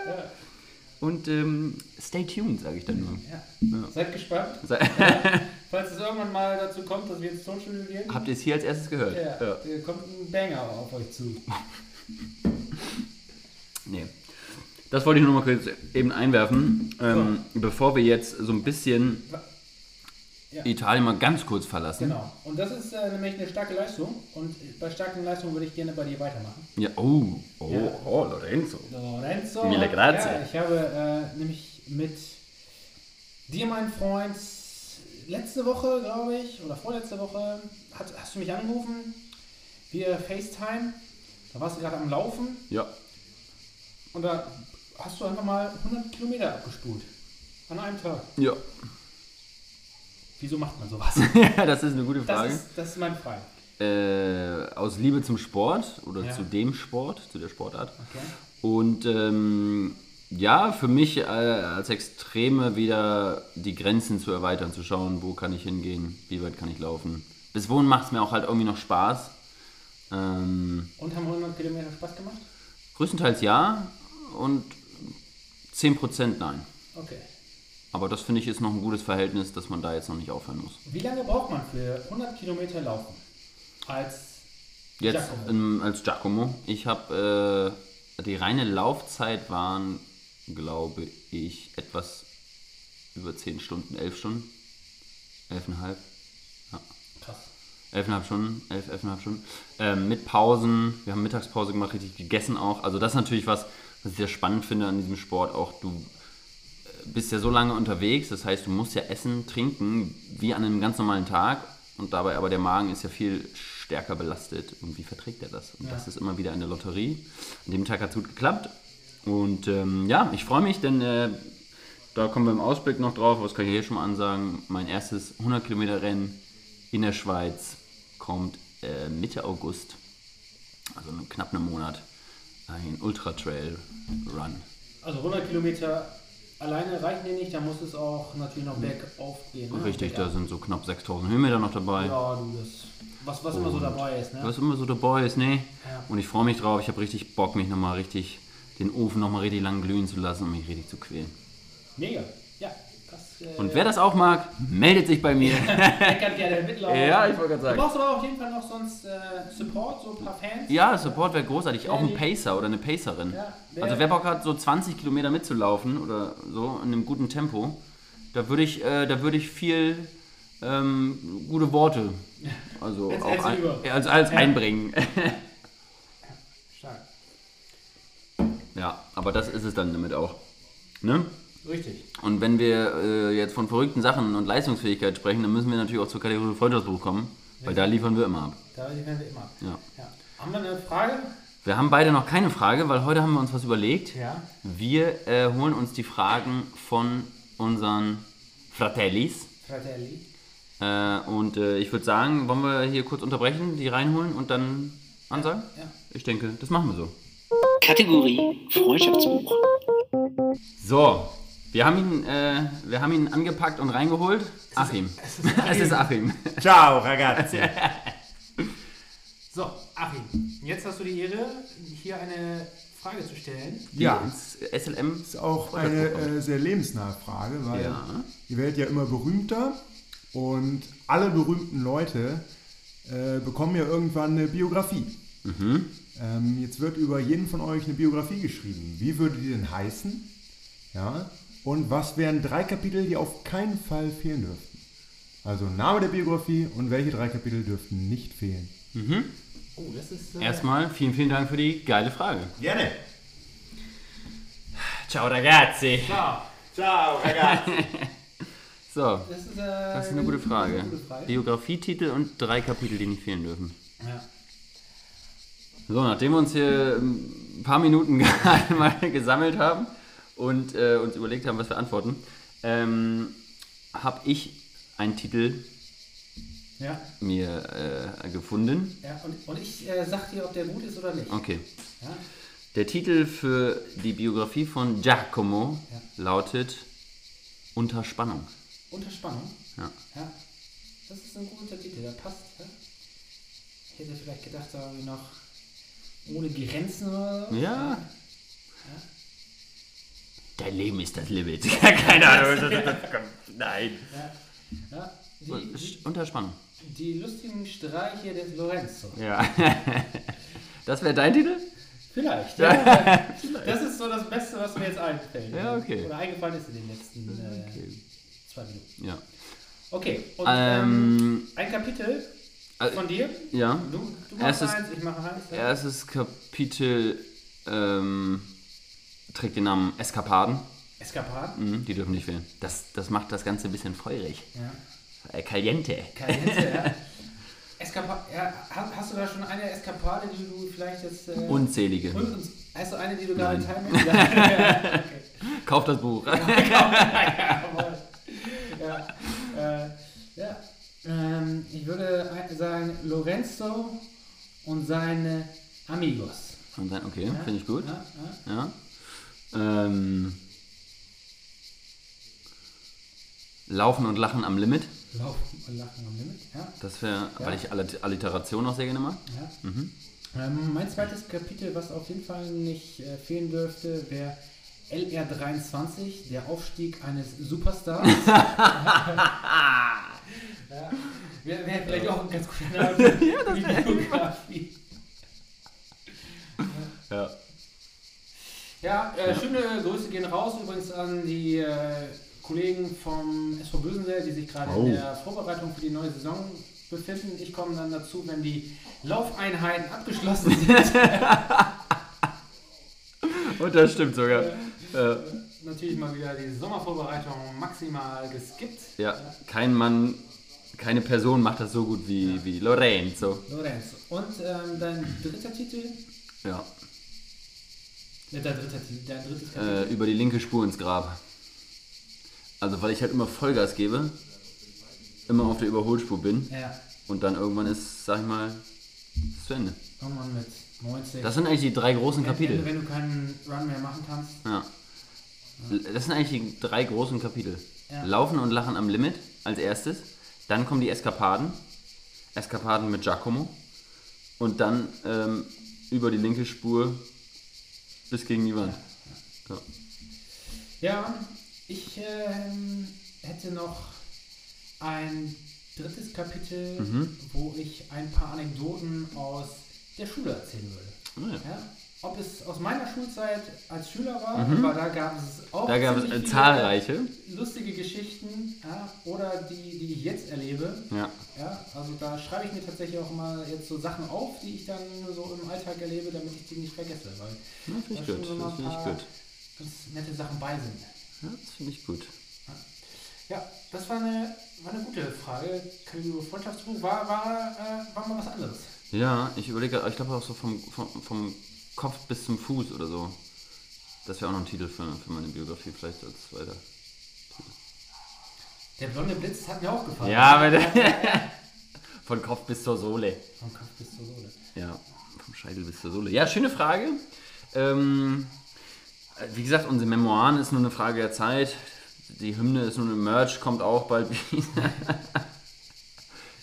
Und ähm, stay tuned, sage ich dann nur. Ja. Seid gespannt. Falls es irgendwann mal dazu kommt, dass wir ins Tonstudio gehen, Habt ihr es hier als erstes gehört? ja, Ja. äh, kommt ein Banger auf euch zu. Nee. Das wollte ich nur noch mal kurz eben einwerfen, ähm, bevor wir jetzt so ein bisschen Ja. Italien mal ganz kurz verlassen. Genau. Und das ist äh, nämlich eine starke Leistung. Und bei starken Leistungen würde ich gerne bei dir weitermachen. Ja, oh, oh, Ja. oh, Lorenzo. Lorenzo. Mille grazie. Ja, ich habe äh, nämlich mit dir, mein Freund, letzte Woche, glaube ich, oder vorletzte Woche, hat, hast du mich angerufen via FaceTime. Da warst du gerade am Laufen Ja, und da hast du einfach mal 100 Kilometer abgespult. An einem Tag. ja. Wieso macht man sowas? das ist eine gute Das Frage. ist, das ist mein Fall. Äh, aus Liebe zum Sport oder Ja. zu dem Sport, zu der Sportart. Okay. Und ähm, ja, für mich äh, als Extreme wieder die Grenzen zu erweitern, zu schauen, wo kann ich hingehen, wie weit kann ich laufen. Bis wohin macht es mir auch halt irgendwie noch Spaß. Ähm, Und haben 100 Kilometer Spaß gemacht? größtenteils ja und 10% nein. Okay. Aber das finde ich ist noch ein gutes Verhältnis, dass man da jetzt noch nicht aufhören muss. Wie lange braucht man für 100 Kilometer Laufen? Als Jetzt Giacomo. ähm, als Giacomo. Ich habe äh, die reine Laufzeit waren, glaube ich, etwas über 10 Stunden, 11 Stunden. 11,5. krass. 11,5 Stunden, 11, 11,5 Stunden. Ähm, mit Pausen, wir haben Mittagspause gemacht, richtig gegessen auch. Also das ist natürlich was, was ich sehr spannend finde an diesem Sport. Auch du äh, bist ja so lange unterwegs, das heißt, du musst ja essen, trinken, wie an einem ganz normalen Tag. Und dabei aber der Magen ist ja viel stärker belastet. Und wie verträgt er das? Und das ist immer wieder eine Lotterie. An dem Tag hat es gut geklappt. Und ähm, ja, ich freue mich, denn äh, da kommen wir im Ausblick noch drauf. Was kann ich hier schon mal ansagen? Mein erstes 100 Kilometer Rennen in der Schweiz kommt äh, Mitte August, also in knapp einem Monat, ein Ultra Trail Run. Also 100 Kilometer alleine reichen dir nicht, da muss es auch natürlich noch bergauf gehen. Ne? Mhm. Richtig, da Bergab. sind so knapp 6000 Höhenmeter noch dabei. Ja, du, das, was, was immer so dabei ist. Ne? Was immer so dabei ist, ne? Ja. Und ich freue mich drauf. Ich habe richtig Bock, mich nochmal richtig, den Ofen nochmal richtig lang glühen zu lassen und mich richtig zu quälen. Mega. Ja, krass. Das, äh, Und wer das auch mag, meldet sich bei mir. der kann gerne mitlaufen. Ja, ich wollte gerade Du sagen. brauchst aber auf jeden Fall noch sonst äh, Support, so ein paar Fans. Ja, Support wäre großartig. Auch ein Pacer oder eine Pacerin. Ja, wer- also wer Bock hat, so 20 Kilometer mitzulaufen oder so in einem guten Tempo, da würde ich, äh, da würde ich viel ähm, gute Worte also Als- auch als ein, über. ja, als, als einbringen. Stark. ja, aber das ist es dann damit auch. Ne? Richtig. Und wenn wir äh, jetzt von verrückten Sachen und Leistungsfähigkeit sprechen, dann müssen wir natürlich auch zur Kategorie Freundschaftsbuch kommen, weil da liefern wir immer ab. Da liefern wir immer ab. Ja. Ja. Haben wir eine Frage? Wir haben beide noch keine Frage, weil heute haben wir uns was überlegt. Ja. Wir äh, holen uns die Fragen von unseren Fratellis. Fratelli. Äh, und äh, ich würde sagen, wollen wir hier kurz unterbrechen, die reinholen und dann ansagen? Ja. Ich denke, das machen wir so. Kategorie Freundschaftsbuch. So, wir haben ihn, äh, wir haben ihn angepackt und reingeholt. Achim. Es ist Achim. Ciao, ragazzi. So, Achim, jetzt hast du die Ehre, hier eine Frage zu stellen. Ja. Ins SLM. ist auch eine äh, sehr lebensnahe Frage, weil Ja. ihr werdet ja immer berühmter und alle berühmten Leute äh, bekommen ja irgendwann eine Biografie. Ähm, jetzt wird über jeden von euch eine Biografie geschrieben. Wie würde die denn heißen? Ja. Und was wären drei Kapitel, die auf keinen Fall fehlen dürften? Also Name der Biografie und welche drei Kapitel dürften nicht fehlen? Oh, das ist. Äh, Erstmal vielen, vielen Dank für die geile Frage. Gerne. Ciao ragazzi. Ja, Ciao, ragazzi. So, das ist, äh, das ist eine gute Frage. gute Frage. Biografietitel und drei Kapitel, die nicht fehlen dürfen. Ja. So, nachdem wir uns hier ein paar Minuten gerade mal gesammelt haben und äh, uns überlegt haben, was wir antworten, ähm, habe ich einen Titel Ja, mir äh, gefunden. ja. Und, und ich äh, sag dir, ob der gut ist oder nicht. Okay. Ja. Der Titel für die Biografie von Giacomo lautet Unter Spannung. Unter Spannung. Ja. Ja. Das ist ein guter Titel, der passt. Ja? Ich hätte vielleicht gedacht, da haben wir noch ohne Grenzen oder so. Ja. Dein Leben ist das Limit. Keine Ahnung. was das- das kommt. Nein. Ja. Die, Unter Spannung. die, die lustigen Streiche des Lorenzo. Ja. Das wäre dein Titel? Vielleicht. Ja. das ist so das Beste, was mir jetzt einfällt. Ja, okay. Oder eingefallen ist in den letzten äh, zwei Minuten. Ja. Okay. Und ähm, Ähm, ein Kapitel äh, von dir. ja. Du, du machst Erstes- eins, ich mache eins. Ja. Erstes Kapitel ähm, trägt den Namen Eskapaden. Eskapaden. Mhm, die dürfen nicht fehlen. Das, das macht das Ganze ein bisschen feurig. Ja. Äh, caliente. Keine Hitze, ja. Eskapa ja, hast, hast du da schon eine Eskapade, die du vielleicht jetzt. Äh, Unzählige. und- und- Hast du eine, die du gerade teilen möchtest? Ja, okay. Kauf das Buch. Jawohl. ja, äh, ja. Ähm, ich würde ein- sagen, Lorenzo und seine Amigos. Und dann, okay, finde ich gut. Ja, ja. Ja. Ähm, Laufen und Lachen am Limit. Laufen und Lachen am Limit. Ja, Das wäre, weil ich Allit- Alliteration auch sehr gerne mag. ja. Ähm, mein zweites Kapitel, was auf jeden Fall nicht äh, fehlen dürfte, wäre LR23, der Aufstieg eines Superstars. ja. Wäre wär vielleicht auch ein ganz guter Name für ja, die Biografie. Ja. Ja, äh, schöne Grüße gehen raus übrigens an die äh, Kollegen vom SV Bösensee, die sich gerade in der Vorbereitung für die neue Saison befinden. Ich komme dann dazu, wenn die Laufeinheiten abgeschlossen sind. Und das stimmt sogar. Äh, Natürlich mal wieder die Sommervorbereitung maximal geskippt. Ja, kein Mann, keine Person macht das so gut wie, wie Lorenzo. Lorenz. Und ähm, dein dritter Titel? Ja. Ne, dein dritter Titel, dein drittes Kapitel. Äh, über die linke Spur ins Grab. Also, weil ich halt immer Vollgas gebe, immer auf der Überholspur bin Ja, und dann irgendwann ist, sag ich mal, ist zu Ende. komm mal mit 90. Das sind eigentlich die drei großen Wenn, Kapitel. wenn du keinen Run mehr machen kannst. Ja. Das sind eigentlich die drei großen Kapitel. Ja. Laufen und Lachen am Limit als erstes. Dann kommen die Eskapaden. Eskapaden mit Giacomo. Und dann ähm, über die linke Spur bis gegen die Wand. Ja. Ja, ich ähm, hätte noch ein drittes Kapitel, Mhm. wo ich ein paar Anekdoten aus der Schule erzählen würde. Ah, Ja? Ob es aus meiner Schulzeit als Schüler war, weil da gab es auch Mhm. Da gab es ziemlich äh, viele zahlreiche. lustige Geschichten ja? oder die, die ich jetzt erlebe. Ja. Ja, also da schreibe ich mir tatsächlich auch mal jetzt so Sachen auf, die ich dann so im Alltag erlebe, damit ich die nicht vergesse, weil Ja, finde ich da gut, schon immer das finde ich ein gut. paar ganz nette Sachen bei sind. Ja, das finde ich gut. Ja, das war eine, war eine gute Frage. Kategorie Freundschaftsbuch war, war, äh, war mal was anderes. Ja, ich überlege, gerade, ich glaube auch so vom, vom, vom Kopf bis zum Fuß oder so. Das wäre auch noch ein Titel für, für meine Biografie, vielleicht als zweiter. Der blonde Blitz hat mir auch gefallen. Ja, aber der- von Kopf bis zur Sohle. Vom Kopf bis zur Sohle. Ja, vom Scheitel bis zur Sohle. Ja, schöne Frage. Ähm, äh, wie gesagt, unsere Memoiren ist nur eine Frage der Zeit. Die Hymne ist nur eine Merch, kommt auch bald wieder.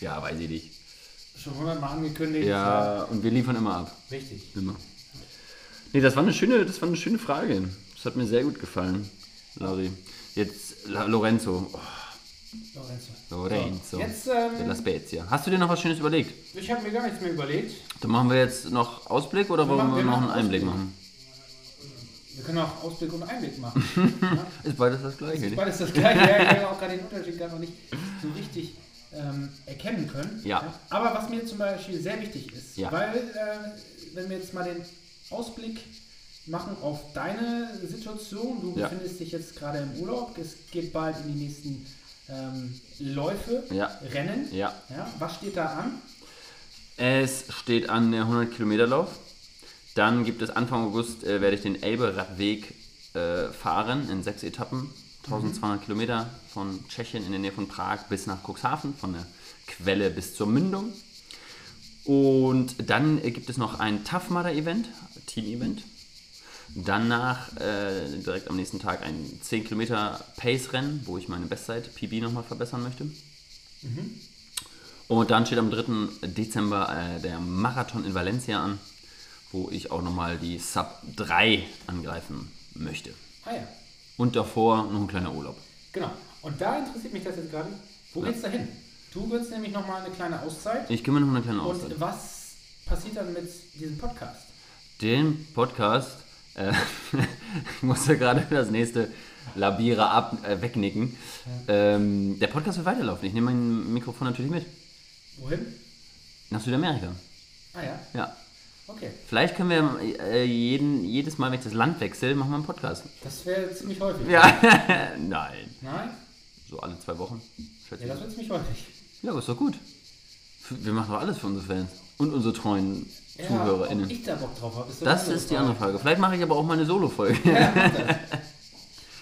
ja, weiß ich nicht. Schon hundertmal angekündigt. Ja, und wir liefern immer ab. Richtig. Immer. Nee, das war eine schöne, das war eine schöne Frage. Das hat mir sehr gut gefallen, Lauri. Jetzt La Lorenzo. Oh, Lorenzo. Lorenzo. Jetzt, De la ähm, Spezia. Hast du dir noch was Schönes überlegt? ich habe mir gar nichts mehr überlegt. Dann machen wir jetzt noch Ausblick oder wollen machen- wir wir noch einen machen Einblick Ausblick. machen? Wir können auch Ausblick und Einblick machen. Ist beides das gleiche. ne? Beides das gleiche. Ja, ich habe auch gerade den Unterschied gerade noch nicht so richtig ähm, erkennen können. Ja. Aber was mir zum Beispiel sehr wichtig ist, Ja. weil äh, wenn wir jetzt mal den Ausblick machen auf deine Situation, du Ja. befindest dich jetzt gerade im Urlaub, es geht bald in die nächsten ähm, Läufe, Ja. Rennen. Ja. Ja, was steht da an? Es steht an der 100 Kilometer Lauf. Dann gibt es Anfang August äh, werde ich den Elbe-Radweg äh, fahren in sechs Etappen. 1200 Kilometer von Tschechien in der Nähe von Prag bis nach Cuxhaven, von der Quelle bis zur Mündung. Und dann äh, gibt es noch ein Tough Mudder Event, Team-Event. Danach äh, direkt am nächsten Tag ein 10 Kilometer Pace-Rennen, wo ich meine Bestzeit PB nochmal verbessern möchte. Und dann steht am 3. Dezember äh, der Marathon in Valencia an, wo ich auch nochmal die Sub 3 angreifen möchte. Ah ja, Und davor noch ein kleiner Urlaub. genau. Und da interessiert mich das jetzt gerade, wo geht's da hin? Du gönnst nämlich nochmal eine kleine Auszeit. Ich kümmere mich um eine kleine Auszeit. Und was passiert dann mit diesem Podcast? den Podcast, äh, ich musste gerade das nächste Labierer ab, äh, wegnicken. Ähm, der Podcast wird weiterlaufen. Ich nehme mein Mikrofon natürlich mit. Wohin? Nach Südamerika. Ah ja, Ja. okay. Vielleicht können wir äh, jeden, jedes Mal, wenn ich das Land wechsle, machen wir einen Podcast. Das wäre ziemlich häufig. Ja. Nein. Nein? So alle zwei Wochen. Schätze Ja, das wäre ziemlich häufig. ich. Ja, aber ist doch gut. F- Wir machen doch alles für unsere Fans. Und unsere treuen Ja, ob ZuhörerInnen. ich da Bock drauf habe. Ist so eine Das andere ist die andere Frage. Vielleicht mache ich aber auch mal eine Solo-Folge. Ja, mach das.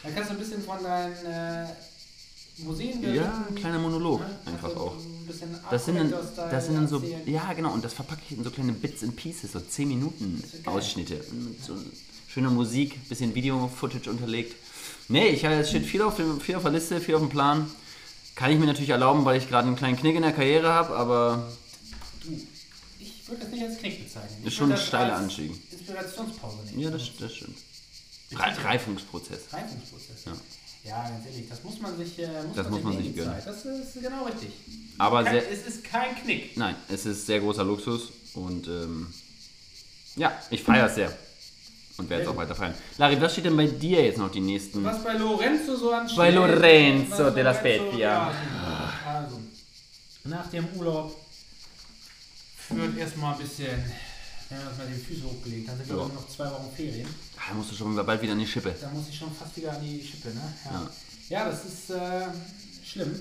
Da kannst du ein bisschen von deinen äh, Museen Ja, ein berichten, kleiner Monolog ne? Kannst einfach du auch. so Ein bisschen Das sind, dann, Art-Collector-Style das sind dann so, erzählen. ja genau, und das verpacke ich in so kleine Bits and Pieces, so 10 Minuten Ausschnitte. Mit so schöner Musik, bisschen Video-Footage unterlegt. Nee, ich, es steht viel auf, dem, viel auf der Liste, viel auf dem Plan. Kann ich mir natürlich erlauben, weil ich gerade einen kleinen Knick in der Karriere habe, aber Ich würde das nicht als Knick bezeichnen. Ich ist schon ein würd das steiler als Anstieg. Inspirationspause nehmen. Ja, das, das stimmt. Re- Reifungsprozess. Reifungsprozess. Ja. ganz ehrlich, das muss man sich, äh, muss Das muss sich man nehmen, sich die gönnen. Zeit. Das ist genau richtig. Aber Kein, sehr, es ist kein Knick. nein, es ist sehr großer Luxus und ähm, ja, ich feiere es sehr. Und werde es auch weiter feiern. Larry, was steht denn bei dir jetzt noch die nächsten? Was bei Lorenzo so ansteht. Bei Lorenzo was bei della Lorenzo- Spezia. ja, Also, nach dem Urlaub wird erstmal ein bisschen, wenn wir erstmal die Füße hochgelegt, dann sind wir Ja. nur noch zwei Wochen Ferien. Ah, Da musst du schon wieder- bald wieder an die Schippe. Da muss ich schon fast wieder an die Schippe, ne? Ja, ja das ist äh, schlimm.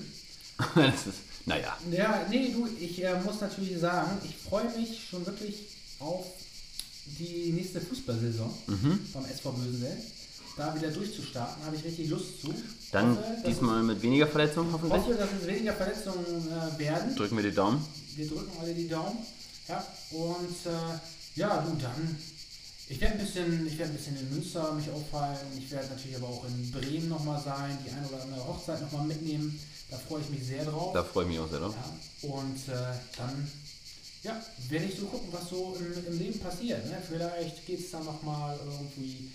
das ist, naja. Ja, nee, du, ich äh, muss natürlich sagen, ich freue mich schon wirklich auf die nächste Fußballsaison Mhm. beim SV Bösensee. Da wieder durchzustarten, habe ich richtig Lust zu. Dann Hoffe, dass diesmal mit weniger Verletzungen Ich hoffentlich. hoffe, dass es weniger Verletzungen äh, werden. Drücken wir die Daumen. Wir drücken alle die Daumen. Ja, und äh, ja, du dann. Ich werde ein, bisschen- ich werde ein bisschen in Münster mich auffallen. Ich werde natürlich aber auch in Bremen nochmal sein, die eine oder andere Hochzeit nochmal mitnehmen. Da freue ich mich sehr drauf. Da freue ich mich auch sehr drauf. Ja, und äh, dann ja, werde ich so gucken, was so im, im Leben passiert. Ne? Vielleicht geht es dann nochmal irgendwie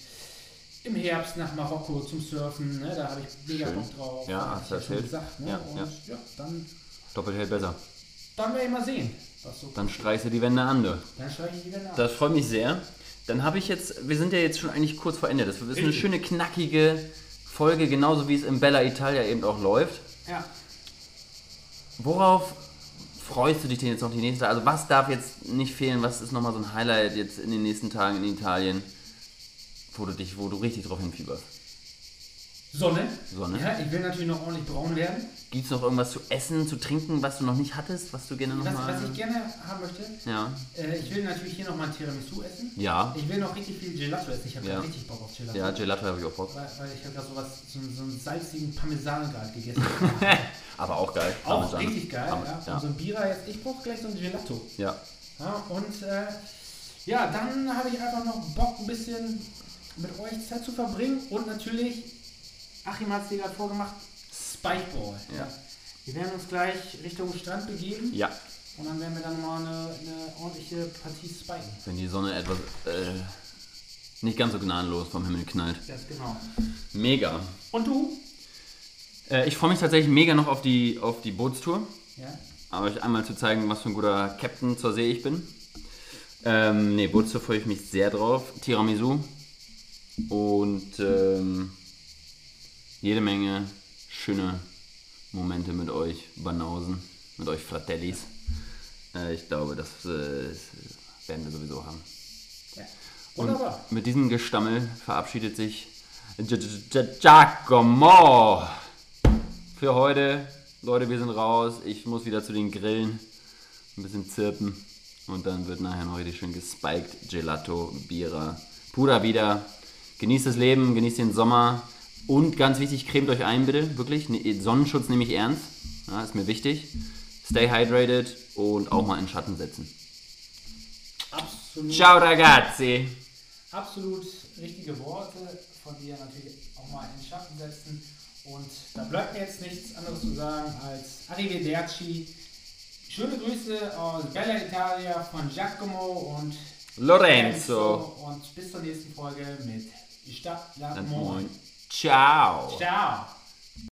im Herbst nach Marokko zum Surfen. Ne? Da habe ich mega Bock drauf. Ja, hab hast ich du schon erzählt. gesagt. Ne? Ja, Und ja. ja. dann, Doppelt hält besser. dann werden wir mal sehen, was so kommt. Dann streichst du die Wände an, du. Dann streiche ich wieder nach. Das freut mich sehr. Dann habe ich jetzt, wir sind ja jetzt schon eigentlich kurz vor Ende. Das ist eine schöne, knackige Folge, genauso wie es im Bella Italia eben auch läuft. ja. Worauf freust du dich denn jetzt noch die nächste? Also was darf jetzt nicht fehlen? Was ist nochmal so ein Highlight jetzt in den nächsten Tagen in Italien, wo du dich, wo du richtig drauf hinfieberst? Sonne. Sonne. Ja, ich will natürlich noch ordentlich braun werden. Gibt es noch irgendwas zu essen, zu trinken, was du noch nicht hattest, was du gerne Was, nochmal... was ich gerne haben möchte, ja. äh, ich will natürlich hier nochmal ein Tiramisu essen. Ja. Ich will noch richtig viel Gelato essen. Ich habe Ja. ja. richtig Bock auf Gelato. ja, Gelato habe ich auch Bock. Weil, weil ich habe da sowas, so, so einen salzigen Parmesan gerade gegessen. Aber auch geil. Auch Parmesan. richtig geil. Ja. Parmesan, Und so ein Bierer jetzt. Ich brauche gleich so ein Gelato. Ja. ja. Ja, und äh, ja, dann habe ich einfach noch Bock, ein bisschen mit euch Zeit zu verbringen. Und natürlich, Achim hat es dir gerade vorgemacht, Spikeball. Ja. Wir werden uns gleich Richtung Strand begeben Ja. und dann werden wir dann mal eine, eine ordentliche Partie spiken. Wenn die Sonne etwas äh, nicht ganz so gnadenlos vom Himmel knallt. Ganz genau. Mega. Und du? Äh, ich freue mich tatsächlich mega noch auf die, auf die Bootstour. Ja. Aber euch einmal zu zeigen, was für ein guter Captain zur See ich bin. Ähm, nee, Bootstour freue ich mich sehr drauf. Tiramisu. Und ähm, jede Menge schöne Momente mit euch Banausen, mit euch Fratellis. Äh, ich glaube, das äh, werden wir sowieso haben. ja. Und Wunderbar. mit diesem Gestammel verabschiedet sich Gi- Gi- Gi- Giacomo. Für heute, Leute, wir sind raus. Ich muss wieder zu den Grillen ein bisschen zirpen. Und dann wird nachher noch richtig schön gespiked. Gelato, Bira, Pura wieder. Genießt das Leben, genießt den Sommer. Und ganz wichtig, cremt euch ein, bitte. Wirklich. Ne- Sonnenschutz nehme ich ernst. Ja, ist mir wichtig. Stay hydrated und auch mal in den Schatten setzen. Absolut, Ciao, ragazzi. absolut richtige Worte von dir natürlich auch mal in den Schatten setzen. Und da bleibt mir jetzt nichts anderes zu sagen als Arrivederci. Schöne Grüße aus Bella Italia von Giacomo und Lorenzo. Und bis zur nächsten Folge mit Stadt, Land, Moin. Moin. Ciao. Ciao.